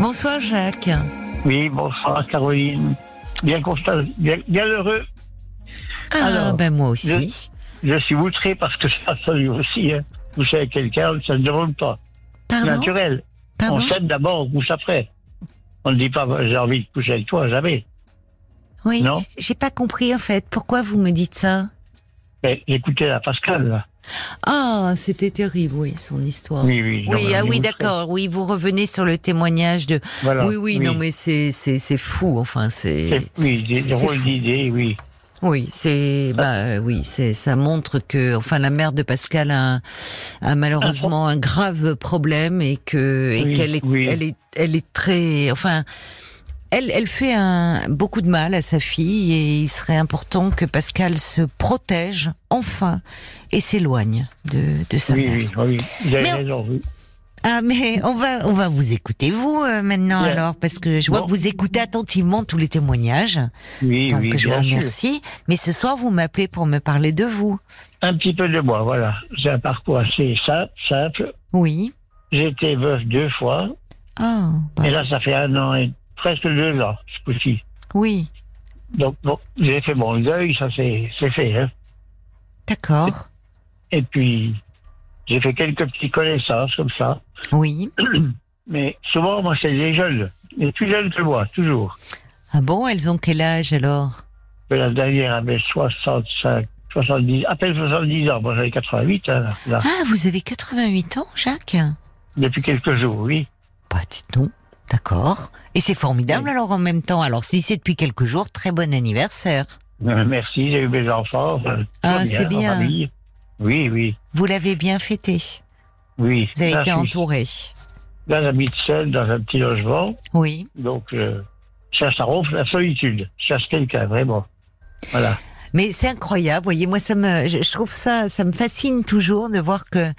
Bonsoir Jacques. Oui, bonsoir Caroline. Bien constat, bien, bien heureux. Ah Alors, ben moi aussi. Je suis outré parce que ça, ça lui aussi. Hein. Vous savez quelqu'un, ça ne demande pas. C'est Pardon naturel. Pardon on s'aime d'abord, on couche après. On ne dit pas bah, j'ai envie de coucher avec toi, jamais. Oui, non j'ai pas compris en fait. Pourquoi vous me dites ça Mais écoutez la Pascal. Là. Ah, c'était terrible, oui, son histoire. Oui, oui. non, Oui, mais ah on est oui, outré. d'accord. Oui, vous revenez sur le témoignage de. Voilà, oui, oui, non, mais c'est c'est c'est fou. Enfin, c'est C'est- Oui, des c'est drôles fou. d'idées, oui. oui, Ah. c'est bah euh, oui, c'est ça montre que enfin la mère de Pascal a, un- a malheureusement un grave problème et que et Oui, qu'elle est oui. elle est elle est très enfin elle elle fait un beaucoup de mal à sa fille et il serait important que Pascal se protège enfin et s'éloigne de de sa Oui, mère. oui, oui. Vous avez Ah Mais on- raison. oui. Ah mais on va on va vous écouter vous euh, maintenant Ouais. alors parce que je vois Bon. que vous écoutez attentivement tous les témoignages Oui, donc oui, je vous bien sûr. remercie mais ce soir vous m'appelez pour me parler de vous. Un petit peu de moi, voilà. C'est un parcours assez simple. simple. Oui. J'ai été veuf deux fois. Ah bah, Et là, ça fait un an et presque deux ans, ce coup-ci. oui. Donc, bon, j'ai fait mon deuil, ça c'est c'est fait. Hein. D'accord. Et puis, j'ai fait quelques petites connaissances comme ça. Oui. Mais souvent, moi, c'est des jeunes. Les plus jeunes que moi, toujours. Ah bon, elles ont quel âge alors Mais la dernière avait 65, 70, à peine 70 ans. Moi, j'avais 88, hein, là, là. Ah, vous avez 88 ans, Jacques depuis quelques jours, oui. Bah dites donc. D'accord. Et c'est formidable Oui. alors en même temps. Alors si c'est depuis quelques jours, très bon anniversaire. Euh, Merci, j'ai eu mes enfants. enfin, tout Ah, va c'est en bien. famille. Oui, oui, Vous l'avez bien fêté. Ah, oui. Vous avez Là, été je suis- entouré. Là, j'habite seul dans un petit logement. Oui. Donc, euh, ça, ça ronfle la solitude. Je Cherche quelqu'un, vraiment. Voilà. Mais c'est incroyable, voyez, moi ça me, je, je trouve ça, ça me fascine toujours de voir que,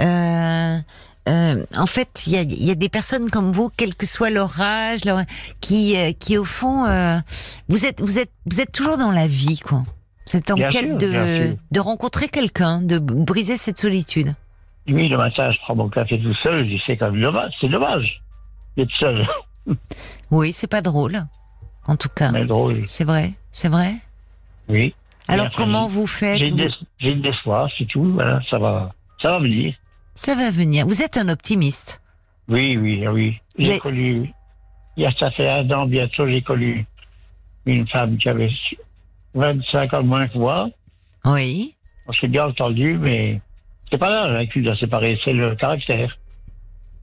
euh, euh, en fait, il y a, il y a des personnes comme vous, quel que soit leur âge, leur- qui, euh, qui au fond, euh, vous êtes, vous êtes, vous êtes toujours dans la vie, quoi. Cette Bien enquête sûr, bien de, sûr. de rencontrer quelqu'un, de b- briser cette solitude. Oui, le matin, je prends mon café tout seul. Je dis, c'est quand même dommage. C'est dommage d'être seul. Oui, c'est pas drôle, en tout cas. Mais drôle. C'est vrai, c'est vrai. Oui. Alors Bien, comment vous J'ai faites vous- des, j'ai des espoirs, c'est tout. Voilà, ça va, ça va venir. Ça va venir. Vous êtes un optimiste. Oui, oui, oui. J'ai Mais- connu, il y a ça fait un an bientôt, j'ai connu une femme qui avait 25 ans de moins que moi. Oui. On s'est bien entendu, mais c'est pas l'âge hein, qui nous a séparés, c'est le caractère,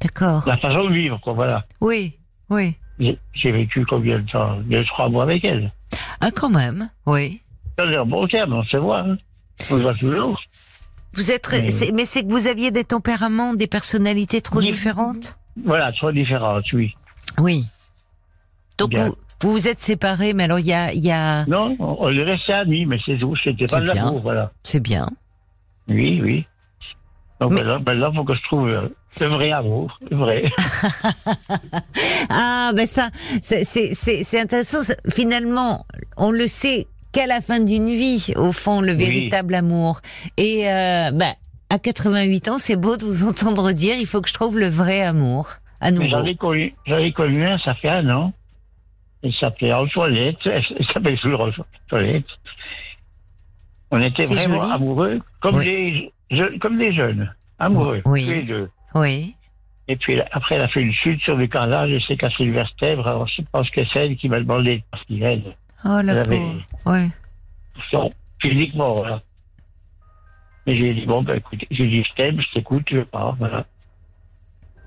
D'accord. la façon de vivre, quoi, voilà. Oui. Oui. J'ai j'ai vécu combien de temps Deux, trois mois avec elle. Ah, quand même, oui. Ça, c'est un bon terme, on se voit. hein. On se voit toujours. Vous êtes, Oui. c'est- mais c'est que vous aviez des tempéraments, des personnalités trop Oui. différentes. Voilà, trop différentes, oui. Oui. Donc Bien. vous, vous vous êtes séparés, mais alors il y a, il y a, Non, on on est resté amis, mais c'est tout. C'était pas C'est de bien. l'amour, voilà. c'est bien. Oui, oui. Donc Mais- maintenant, maintenant, faut que je trouve euh, le vrai amour, le vrai. Ah, ben ça, c'est- c'est c'est- c'est intéressant. C'est- Finalement, on le sait qu'à la fin d'une vie, au fond, le véritable amour. Et euh, ben, à 88 ans, c'est beau de vous entendre dire, il faut que je trouve le vrai amour à Mais nouveau. J'en ai connu, j'en ai connu un, ça fait un an. Il s'appelait Antoinette, il s'appelle toujours Antoinette. On était C'est vraiment joli. amoureux, comme, Oui. des, je- comme des jeunes, amoureux, Oui. tous les deux. Oui. Et puis elle- après, elle a fait une chute sur le carrelage et s'est cassé le vertèbre. Alors je pense que c'est elle qui m'a demandé de partir, elle, Oh la J'avais- pauvre. Ouais. Bon, physiquement, voilà. Mais j'ai dit, bon, ben écoute, je dis, je t'aime, je t'écoute, je pars, voilà.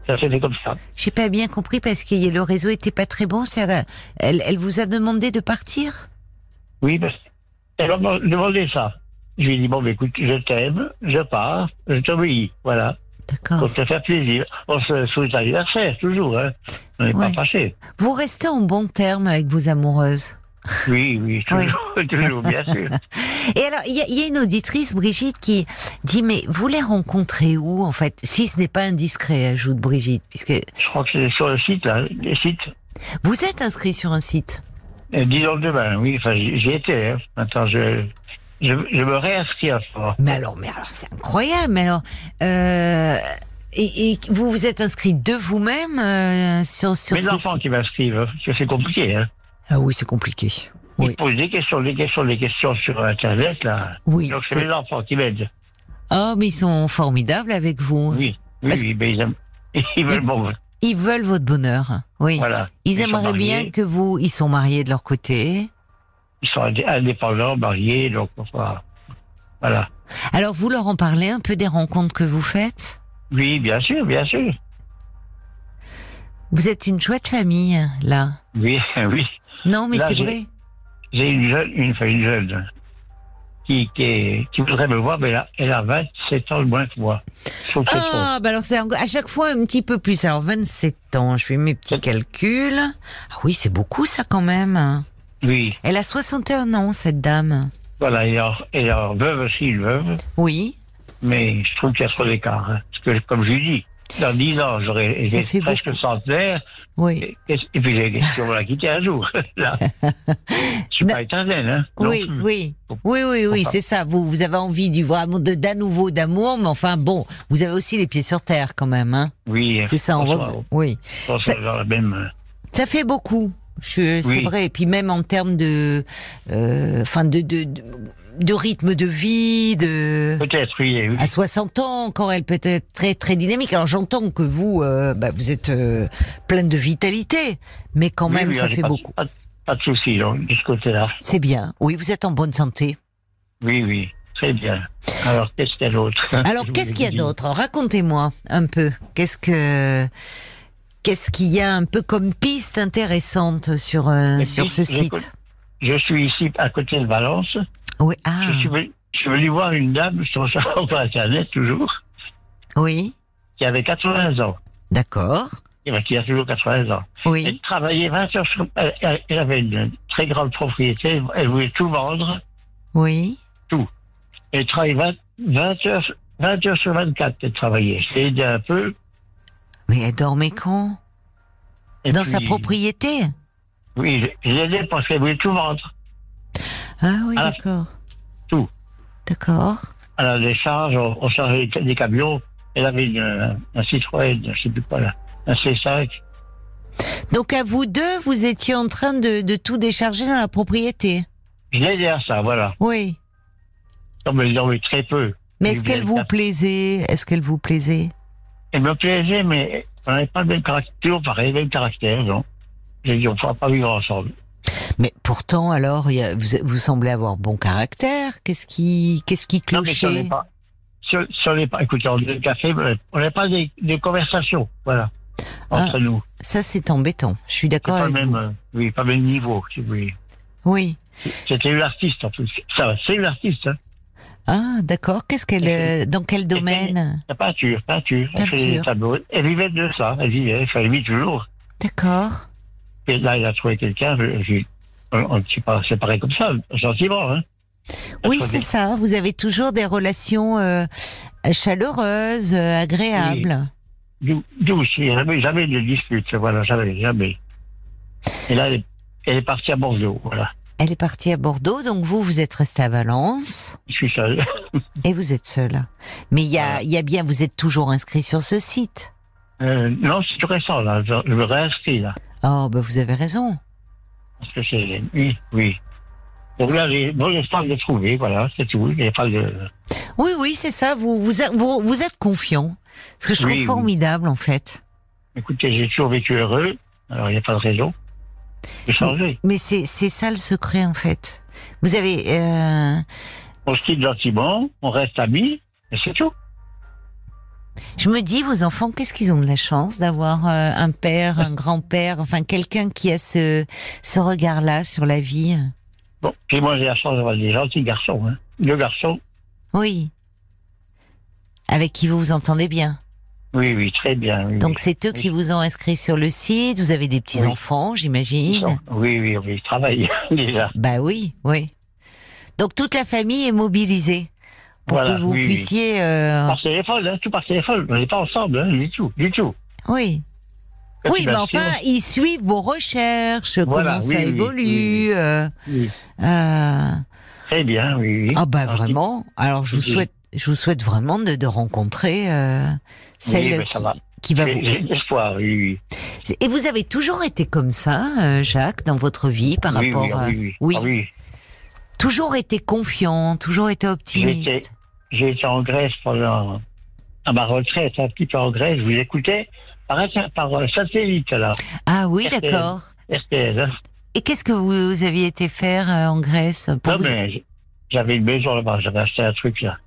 Ça s'est fait comme ça. J'ai pas bien compris parce que le réseau était pas très bon. ça- elle, elle vous a demandé de partir Oui, parce qu'elle m'a demandé ça. Je lui ai dit, bon, ben écoute, je t'aime, je pars, je t'obéis, voilà, D'accord. pour te faire plaisir. On se souhaite anniversaire, toujours, hein. On n'est Ouais. pas fâchés. Vous restez en bon terme avec vos amoureuses. Oui, oui, toujours, toujours, bien sûr. Et alors, il y, a- il y a une auditrice, Brigitte, qui dit Mais vous les rencontrez où, en fait Si ce n'est pas indiscret, ajoute Brigitte, puisque Je crois que c'est sur le site, là, le site. vous êtes inscrit sur un site. Euh, Disons demain, oui, enfin, j'y j'y étais. Hein. Maintenant, je, je, je me réinscris à ce moment. Mais alors, mais alors c'est incroyable. Mais alors, euh, Et, et vous vous êtes inscrit de vous-même euh, sur sur Mes ce enfants site qui m'inscrivent, parce que c'est compliqué. Hein. Ah oui, c'est compliqué. Ils Oui. posent des questions, des questions, des questions sur Internet, là. Oui. Donc c'est c'est- mes enfants qui m'aident. Oh, mais ils sont formidables avec vous. Oui, oui, Parce- oui, mais ils aiment. Ils veulent mon vote. Ils veulent votre bonheur. Oui. Voilà. Ils sont aimeraient bien mariés. que vous. Ils sont mariés de leur côté. Ils sont indé- indépendants, mariés, donc enfin, voilà. Alors vous leur en parlez un peu des rencontres que vous faites. Oui, bien sûr, bien sûr. Vous êtes une chouette famille là. Oui, oui. Non, mais Là, c'est j'ai- vrai. J'ai une jeune, une, enfin, une jeune, hein, qui, qui, est- qui voudrait me voir, mais elle a, elle a 27 ans de moins que moi. Sauf que son- Ah, bah alors c'est un- à chaque fois un petit peu plus. Alors 27 ans, je fais mes petits Oui. calculs. Ah oui, c'est beaucoup ça quand même. Oui, Elle a 61 ans, cette dame. voilà, elle est en- elle est en veuve aussi, une veuve, Oui, mais je trouve qu'il y a trop d'écart. hein. Parce que, comme je lui dis, dans 10 ans, j'aurai Ça j'ai fait presque centenaire, oui. et, et puis j'ai question de la quitter un jour. Là. Je suis Mais- pas éternel, hein. non Oui, plus. oui, oui, oui, oui, Enfin. c'est ça. Vous, vous avez envie du vraiment de d'un nouveau d'amour, mais enfin bon, vous avez aussi les pieds sur terre quand même, hein. Oui, C'est ça, on on va. sera- Oui, on Ça- sera dans la même. euh, ça fait beaucoup. Je, c'est Oui. vrai. Et puis même en termes de, euh, enfin de, de, de, de rythme de vie, de. Peut-être, oui. oui. À 60 ans encore, elle peut être très très dynamique. Alors j'entends que vous, euh, bah, vous êtes euh, pleine de vitalité, mais quand Oui, même oui, ça j'ai fait pas hein. de- beaucoup. Pas, de- pas de soucis, donc, de ce côté-là. C'est bien. Oui, vous êtes en bonne santé. Oui, oui, très bien. Alors, qu'est-ce qu'il y a d'autre Alors, Je qu'est-ce vous qu'il y a ai dit. d'autre Racontez-moi un peu. Qu'est-ce que qu'est-ce qu'il y a un peu comme piste intéressante sur euh, Les sur ce pistes, site j'écoute. Je suis ici, à côté de Valence. Oui. Ah. Je, suis venu, je suis venu voir une dame sur sa sur Internet, toujours, Oui. qui avait 80 ans. D'accord. Eh ben, Qui a toujours 80 ans. Elle Oui. travaillait 20 heures sur... Elle, elle- elle avait une très grande propriété. Elle voulait tout vendre. Oui. Elle travaillait 20, 20 heures... 20 heures sur 24, elle travaillait. Je l'ai aidé un peu. Mais elle dormait quand et Dans sa puis- propriété. Oui, je je l'ai aidé parce qu'elle voulait tout vendre. Ah oui, À la- d'accord. Tout. D'accord. à la décharge, on, on chargeait des- des camions. Elle avait une, euh, un Citroën, je sais plus quoi là, un C5. Donc à vous deux, vous étiez en train de, de tout décharger dans la propriété. Je l'ai aidé à ça, voilà. Oui. Comme elle dormait très peu. Mais Et est-ce bien, qu'elle vous ça- plaisait Est-ce qu'elle vous plaisait Elle me plaisait, mais on n'avait pas le même caractère, toujours pareil, le même caractère, non. J'ai dit, on ne pourra pas vivre ensemble. Mais pourtant, alors, il y a- vous, vous semblez avoir bon caractère. Qu'est-ce qui, qu'est-ce qui Non, mais si on clochait n'est pas, si on- si on n'est pas, écoutez, on est au café, mais on n'a pas des, des conversations, voilà, entre nous. Ça, c'est embêtant. Je suis C'est d'accord pas le avec même, vous. euh, oui, pas le même niveau, si vous voulez. Oui. C'était une artiste, en plus. Ça va, c'est une artiste, hein. Ah, d'accord. Qu'est-ce qu'elle, Et euh, dans quel domaine La peinture, peinture. Elle faisait des Peinture. tableaux. Elle vivait de ça. Elle vivait, elle vivait toujours. D'accord. Et là, elle a trouvé quelqu'un. je- je- On ne s'est pas séparés comme ça, gentiment. Hein. Elle Oui, trouvait- c'est ça. Vous avez toujours des relations euh, chaleureuses, euh, agréables. dou- Douce. Il n'y avait jamais de dispute. Voilà, jamais, jamais. Et là, elle est, elle est partie à Bordeaux. Voilà. Elle est partie à Bordeaux, donc vous, vous êtes resté à Valence Je suis seul. et vous êtes seul. Mais il y a, Voilà. il y a bien, vous êtes toujours inscrit sur ce site. Euh, non, c'est tout récent, là. Je, je me réinscris, là. Oh, ben vous avez raison. Parce que c'est. Oui, oui. Donc là, j'ai- bon, j'espère le trouver. Voilà, c'est tout. Il n'y a pas de. Oui, oui, c'est ça. Vous, vous, êtes- vous, vous êtes confiant. Ce que je trouve Oui, oui. formidable, en fait. Écoutez, j'ai toujours vécu heureux. Alors, il n'y a pas de raison de changer. Mais c'est, c'est ça le secret, en fait. Vous avez. euh, on se quitte gentiment, on reste amis, et c'est tout. je me dis, vos enfants, qu'est-ce qu'ils ont de la chance d'avoir euh, un père, un grand-père, enfin quelqu'un qui a ce, ce regard-là sur la vie. Bon, puis moi j'ai la chance d'avoir des gentils garçons, hein. Deux garçons, Oui. Avec qui vous vous entendez bien. oui, oui, très bien. Oui, Donc c'est eux Oui. qui vous ont inscrit sur le site. Vous avez des petits Oui. enfants, oui, j'imagine. oui, oui, oui, ils travaillent déjà. Bah oui, oui. Donc toute la famille est mobilisée pour Voilà, que vous oui, oui. puissiez. euh, Par téléphone, hein, tout par téléphone, on n'est pas ensemble, hein, du tout, du tout. Oui. Quand Oui, tu mais vas enfin, sur- ils suivent vos recherches, Voilà, comment oui, ça oui, évolue. oui. euh, oui, euh, Très bien, oui, oui. Ah bah Alors, Ah, vraiment. Alors je vous Oui. souhaite je vous souhaite vraiment de, de rencontrer euh, celle mais bah, ça qui, va. qui va vous. J'ai j'ai de l'espoir, oui, oui. Et vous avez toujours été comme ça, euh, Jacques, dans votre vie, par oui, rapport. oui, ah euh, oui, oui. oui. Ah oui. Toujours été confiant, toujours été J'étais- optimiste. J'ai été en Grèce pendant à ma retraite, un petit peu en Grèce. Je vous écoutais par, inter- par euh, satellite, là, Ah oui, Certaine. d'accord. RTL. hein. Et qu'est-ce que vous, vous aviez été faire euh, en Grèce pour Non, vous- mais j- j'avais une maison là-bas, j'avais acheté un truc là.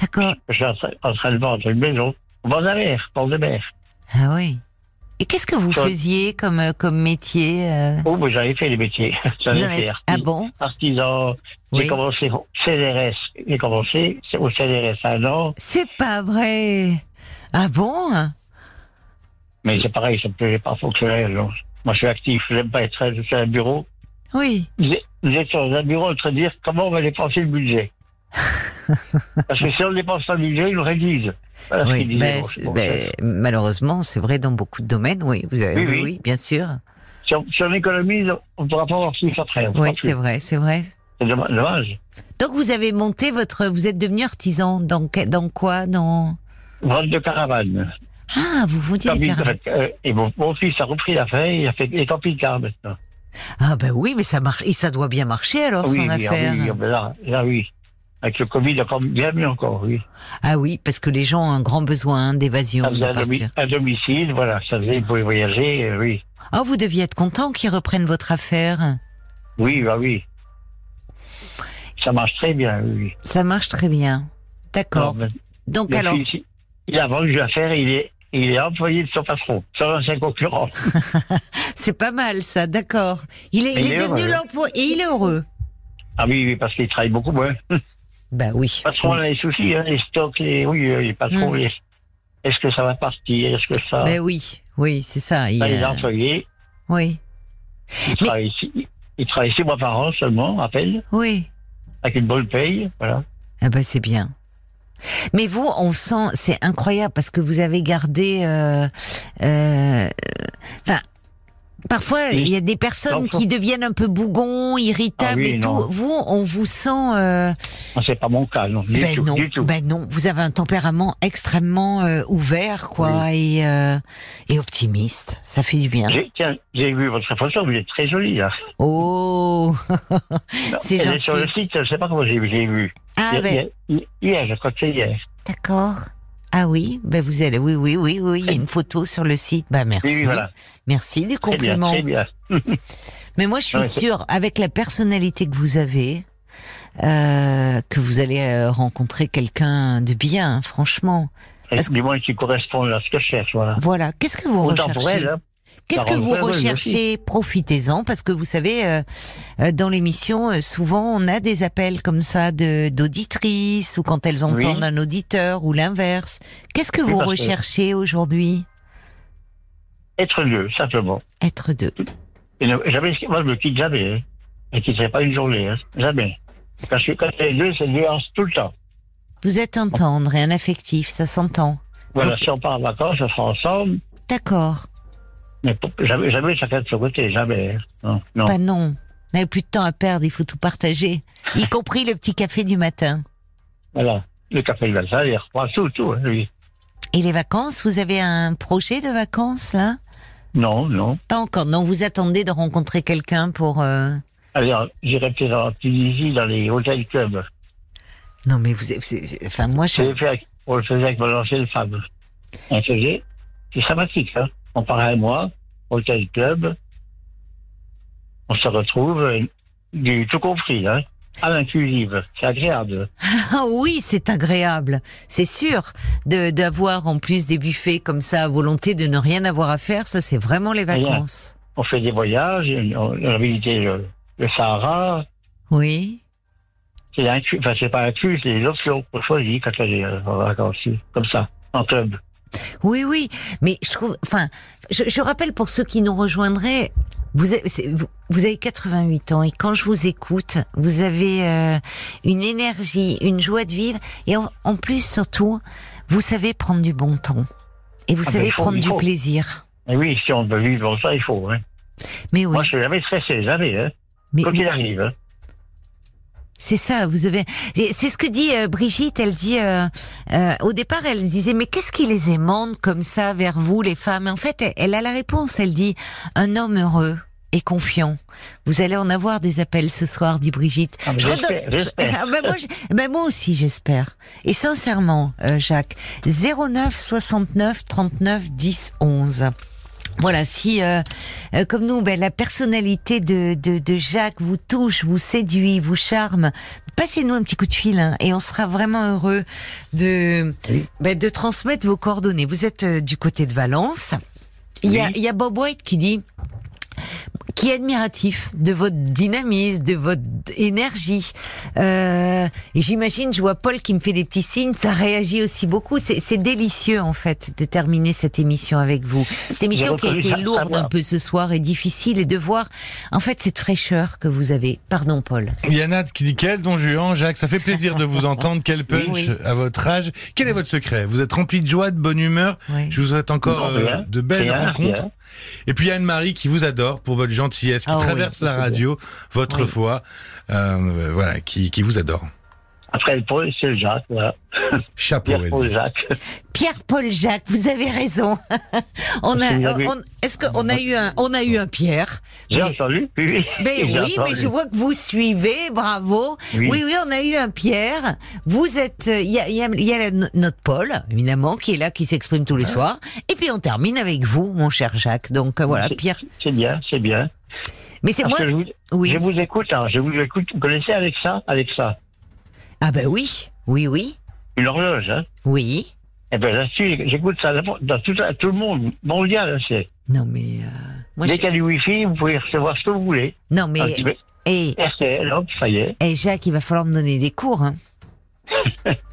D'accord. J'étais en train- en train de vendre une maison. Vent de la mer, bord de mer. Ah oui. Et qu'est-ce que vous Sur- faisiez comme, euh, comme métier euh, Oh, mais j'avais fait les métiers. J'avais vous avez- fait arti- Ah bon artisan. Oui. J'ai commencé au CDRS. J'ai commencé au CDRS un an, C'est pas vrai. Ah bon mais c'est pareil, ça me plaisait pas fonctionnel. donc. Moi, je suis actif, j'aime pas être sur un bureau. Oui. Vous êtes- vous êtes sur un bureau en train de dire comment on va dépenser le budget. Parce que si on dépense pas le budget, ils le réduisent. Voilà ce oui. qu'ils disaient, ben, mon- c'est- mon ben, chef. malheureusement, c'est vrai dans beaucoup de domaines, oui. Vous avez, Oui, oui, oui. oui, bien sûr. Si, on, si on économise, on ne pourra pas avoir plus après. on pourra Oui, plus. c'est vrai, c'est vrai. C'est domm- dommage. Donc vous avez monté votre... Vous êtes devenu artisan dans, que- dans quoi dans... Vente de caravane. Ah, vous vous dites... Camping- euh, et mon, mon fils a repris l'affaire, il a fait des camping-cars maintenant. Ah ben oui, mais ça marche. Et ça doit bien marcher alors, oui, son oui, ah affaire. oui, ah ben là, là, oui. Avec le Covid, il a encore bien mieux encore, oui. Ah oui, parce que les gens ont un grand besoin d'évasion, Ça de faisait un, domi- partir. un domicile, voilà, ça faisait, il pouvait voyager, euh, oui. Oh, vous deviez être content qu'ils reprennent votre affaire. Oui, bah oui. Ça marche très bien, oui. oui. Ça marche très bien. D'accord. Non, mais- Donc Le alors, fils, il a vendu l'affaire, il est, il est employé de son patron, son ancien concurrent. c'est pas mal ça, d'accord. Il est, Il il est est devenu heureux. l'emploi et il est heureux. Ah oui, oui, parce qu'il travaille beaucoup moins. Le Bah oui. patron a les soucis, hein, les stocks, les, oui, euh, les patrons, Mm. les- est-ce que ça va partir, est-ce que ça, Mais oui, oui, c'est ça. il Ah. ça, y a- les employés, Oui, ils Mais- travaillent ici. Ils travaillent six mois par an seulement, à peine, oui. avec une bonne paye, voilà. Ah bah c'est bien. Mais vous, on sent, c'est incroyable parce que vous avez gardé. euh, euh, Enfin, parfois Oui. il y a des personnes L'enfant. qui deviennent un peu bougons, irritables Ah oui, et non. tout. Vous, on vous sent. euh, Ah, C'est pas mon cas, non, du ben tout, non, du tout. ben non. Vous avez un tempérament extrêmement euh, ouvert, quoi, et euh, et optimiste. Ça fait du bien. J'ai- Tiens, j'ai vu votre photo, vous êtes très jolie, là. Oh, C'est Elle est sur le gentil. site, je sais pas comment j'ai j'ai vu. ah Hier, ben hier, hier, je crois que c'est hier. d'accord. Ah oui, ben vous allez, oui, oui, oui, oui. Il y a une photo sur le site. Ben merci. Oui, oui, voilà. Merci du Très bien, compliment. très bien. Mais moi, je suis Ouais, c'est- sûre, avec la personnalité que vous avez, euh, que vous allez euh, rencontrer quelqu'un de bien, hein, franchement. Est-ce que- Du moins qui correspond à ce que je cherche, voilà. Voilà. Qu'est-ce que vous Autant pour recherchez elle, hein. Qu'est-ce Ça que rend vous heureuse aussi. recherchez Profitez-en, parce que vous savez, euh, euh, dans l'émission, euh, souvent, on a des appels comme ça de d'auditrices ou quand elles entendent un auditeur ou l'inverse. Qu'est-ce que vous parce que- recherchez aujourd'hui Être deux, simplement. Être deux. Et ne- jamais, moi, je me quitte jamais. Hein. Je ne quitterai pas une journée, hein. jamais. Parce que quand c'est deux, c'est deux ans tout le temps. Vous êtes un tendre et un affectif, ça s'entend. Voilà, Donc- si on part en vacances, on sera ensemble, D'accord. mais pour- jamais, jamais chacun de son côté, jamais. hein. Non, non. Pas non. On n'avait plus de temps à perdre, il faut tout partager. Y compris le petit café du matin. Voilà. Le café de Versailles, il reprend tout, tout, hein, lui. Et les vacances, vous avez un projet de vacances là Non, non. Pas encore, non, vous attendez de rencontrer quelqu'un pour... euh, Alors, j'irai peut-être en Tunisie, dans les hôtels clubs. Non mais vous... c'est- c'est- Enfin moi Je je... l'ai fait avec- on le faisait avec mon ancienne femme. On faisait, c'est sympathique, hein. On part à moi, hôtel club, on se retrouve, euh, du tout compris, hein. À l'inclusive, c'est agréable. Ah oui, c'est agréable, c'est sûr, de d'avoir en plus des buffets comme ça à volonté, de ne rien avoir à faire, ça c'est vraiment les Rien. vacances. On fait des voyages, on, on a visité le, le Sahara, Oui. c'est inclus, enfin c'est pas inclus, c'est des options qu'on choisit quand on est euh, en vacances, comme ça, en club. Oui, oui, mais je trouve, enfin, je, je rappelle pour ceux qui nous rejoindraient, vous avez, c'est- vous- vous avez 88 ans et quand je vous écoute, vous avez euh, une énergie, une joie de vivre et en, en plus surtout, vous savez prendre du bon temps et vous Ah ben, savez il faut- prendre il du faut. plaisir. Et oui, si on veut vivre comme ça, il faut, hein. Mais oui, Moi, je suis jamais stressé, jamais, hein. mais Quand il arrive, hein. C'est ça, vous avez. et C'est ce que dit euh, Brigitte. Elle dit euh, euh, au départ, elle disait mais qu'est-ce qui les aimante comme ça vers vous, les femmes Et En fait, elle, elle a la réponse. Elle dit un homme heureux et confiant. Vous allez en avoir des appels ce soir, dit Brigitte. Ah, mais Je redonne- j'espère, j'espère. Ah, ben moi, je- ben moi aussi, j'espère. Et sincèrement, euh, Jacques, 09 69 39 10 11. Voilà, si euh, euh, comme nous, ben, la personnalité de, de, de Jacques vous touche, vous séduit, vous charme, passez-nous un petit coup de fil hein, et on sera vraiment heureux de, Oui. ben, de transmettre vos coordonnées. Vous êtes euh, du côté de Valence. Il y, a, Oui. il y a Bob White qui dit qui est admiratif de votre dynamisme, de votre énergie. Euh, et j'imagine, je vois Paul qui me fait des petits signes, ça réagit aussi beaucoup. C'est c'est délicieux en fait de terminer cette émission avec vous. Cette émission qui a reconnu été ça, lourde savoir. un peu ce soir et difficile, et de voir en fait cette fraîcheur que vous avez. Pardon Paul. Il y a Nat qui dit quel don Juan, Jacques, ça fait plaisir de vous entendre, quel punch Oui, oui. à votre âge. Quel est votre secret Vous êtes rempli de joie, de bonne humeur. Ouais. Je vous souhaite encore Non, euh, rien, de belles rien, rencontres. rien. Et puis Anne-Marie qui vous adore pour votre gentillesse, qui Ah oui, traverse la c'est radio, votre Oui. foi, euh, voilà, qui, qui vous adore. Après le point, c'est Jacques, voilà. Chapeau. Pierre Elsa. Paul Jacques. Pierre-Paul Jacques, vous avez raison. on Vous a, avez- on- est-ce qu'on a eu un, on a eu un Pierre J'ai Mais- entendu, oui, oui. Mais J'ai Ben oui, mais entendu. je vois que vous suivez, bravo. Oui, Oui. oui, on a eu un Pierre. Vous êtes, euh, il y a, il y a- il y a la- notre Paul, évidemment, qui est là, qui s'exprime tous les Ah. soirs. Et puis on termine avec vous, mon cher Jacques. Donc euh, voilà, C'est- Pierre. C'est bien, c'est bien. Mais c'est Parce moi. que je vous, Oui. je vous écoute, hein, je vous écoute. Vous connaissez Alexa Alexa, Ah ben oui, oui, oui, une horloge, hein oui. Eh bien là-dessus, j'écoute ça n'importe- dans tout, à tout le monde, mondial. hein, c'est. Non mais, euh, moi, Dès je- qu'il y a du Wi-Fi, vous pouvez recevoir ce que vous voulez. non Un mais, petit peu et, RTL, hop, ça y est. et Jacques, il va falloir me donner des cours, hein.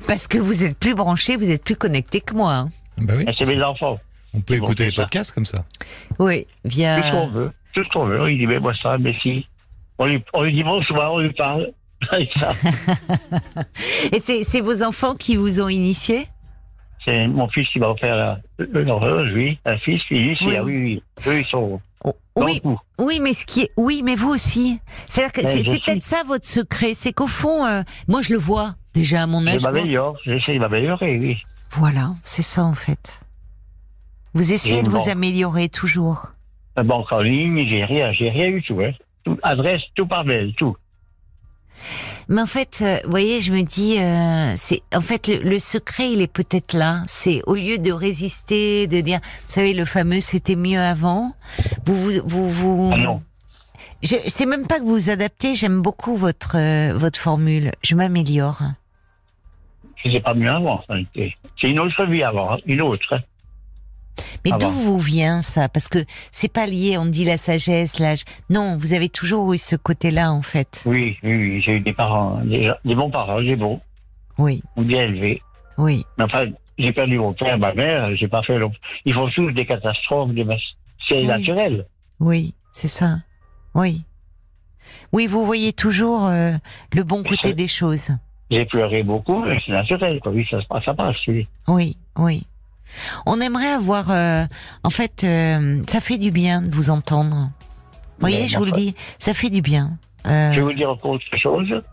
Parce que vous êtes plus branché, vous êtes plus connecté que moi. hein. Bah oui, Et Ah, Eh, c'est mes enfants. on peut bon, écouter c'est les ça. podcasts comme ça. Oui, Tout ce via. qu'on veut. Tout ce qu'on veut. Il dit, mais moi ça, mais si. On lui, on lui dit bonsoir, on lui parle. Avec ça. Et c'est c'est vos enfants qui vous ont initié C'est mon fils qui m'a offert la, une horloge, oui. Un fils, il dit, Oui. oui. oui, oui. Eux, ils sont Oh, dans Oui, le coup. Oui, mais ce qui est, oui, mais vous aussi. C'est-à-dire que Ouais, c'est je c'est suis. peut-être ça votre secret, c'est qu'au fond, euh, moi je le vois déjà à mon âge. Je je pense- m'améliore. J'essaie de m'améliorer, oui. Voilà, c'est ça en fait. Vous essayez J'ai de une vous banque. améliorer toujours. La banque en ligne, j'ai rien, j'ai rien du tout, hein. Tout- adresse, tout par mail, tout. Mais en fait, euh, vous voyez, je me dis, euh, c'est en fait le, le secret, il est peut-être là. C'est au lieu de résister, de dire, vous savez, le fameux c'était mieux avant. Vous vous vous, vous... Ah non. Je c'est même pas que vous vous adaptez. J'aime beaucoup votre euh, votre formule. Je m'améliore. C'était pas mieux avant, en réalité. C'est une autre vie avant, hein, une autre. hein. Mais Ah d'où bon. vous vient ça Parce que c'est pas lié, on dit la sagesse, l'âge. Non, vous avez toujours eu ce côté-là, en fait. Oui, oui, oui, j'ai eu des parents, des, des bons parents, des bons, Oui, bien élevés. oui. Mais enfin, j'ai perdu mon père, ma mère, j'ai pas fait long. Ils font tous des catastrophes, des mas- c'est Oui. naturel. Oui, c'est ça. Oui. Oui, vous voyez toujours euh, le bon côté ça- des choses. J'ai pleuré beaucoup, mais c'est naturel, quoi. Oui, ça, se passe, ça passe, oui. Oui, oui. On aimerait avoir... euh, en fait, euh, ça fait du bien de vous entendre. Vous Mais voyez, je vous le enfin. dis, ça fait du bien. Euh, Je vais vous dire encore autre chose.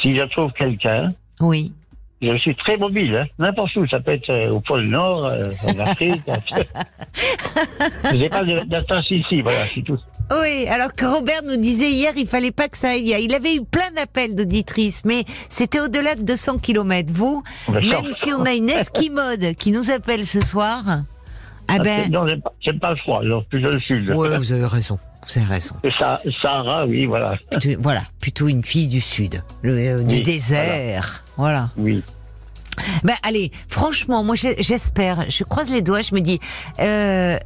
Si je trouve quelqu'un, oui. je suis très mobile, hein, n'importe où. Ça peut être euh, au pôle Nord, euh, en Afrique. Je n'ai pas de- d'attache ici, voilà, c'est tout. Oui, alors que Robert nous disait hier, il fallait pas que ça aille. Il avait eu plein d'appels d'auditrices, mais c'était au-delà de 200 km. Vous, On va même sortir. si on a une esquimode qui nous appelle ce soir, ah Ah, c'est- ben. Non, j'aime pas, j'aime pas le froid, non, plus je le sud. Ouais, vous avez raison. Vous avez raison. Le Sa- Sahara, oui, voilà. Plutôt- voilà, plutôt une fille du sud, le- euh, du Oui, désert. Voilà. Oui. Ben allez, franchement, moi j'ai- j'espère, je croise les doigts, je me dis, euh,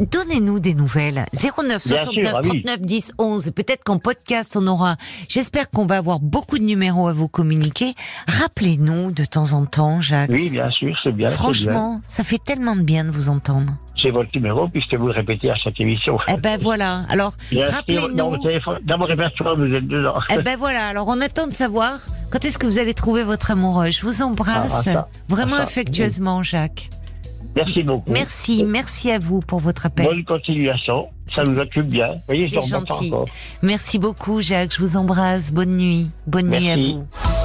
donnez-nous des nouvelles. 09 Bien 69 sûr, ah oui. 39 10 11. Et Peut-être qu'en podcast on aura. J'espère qu'on va avoir beaucoup de numéros à vous communiquer. Rappelez-nous de temps en temps, Jacques. Oui, bien sûr, c'est bien. c'est bien. Franchement, ça fait tellement de bien de vous entendre. J'ai votre numéro puisque vous le répétez à chaque émission. Eh ben voilà. Alors Bien sûr, dans mon rappelez-nous. téléphone, dans mon répertoire, vous êtes dedans. Eh ben voilà. Alors on attend de savoir quand est-ce que vous allez trouver votre amoureux. Je vous embrasse Ah, ça, vraiment ah, ça, affectueusement, Jacques. Merci beaucoup. Merci, merci à vous pour votre appel. Bonne continuation. Ça nous occupe bien. Vous voyez, C'est je remonte gentil. encore. Merci beaucoup, Jacques. Je vous embrasse. Bonne nuit. Bonne nuit à Merci. vous.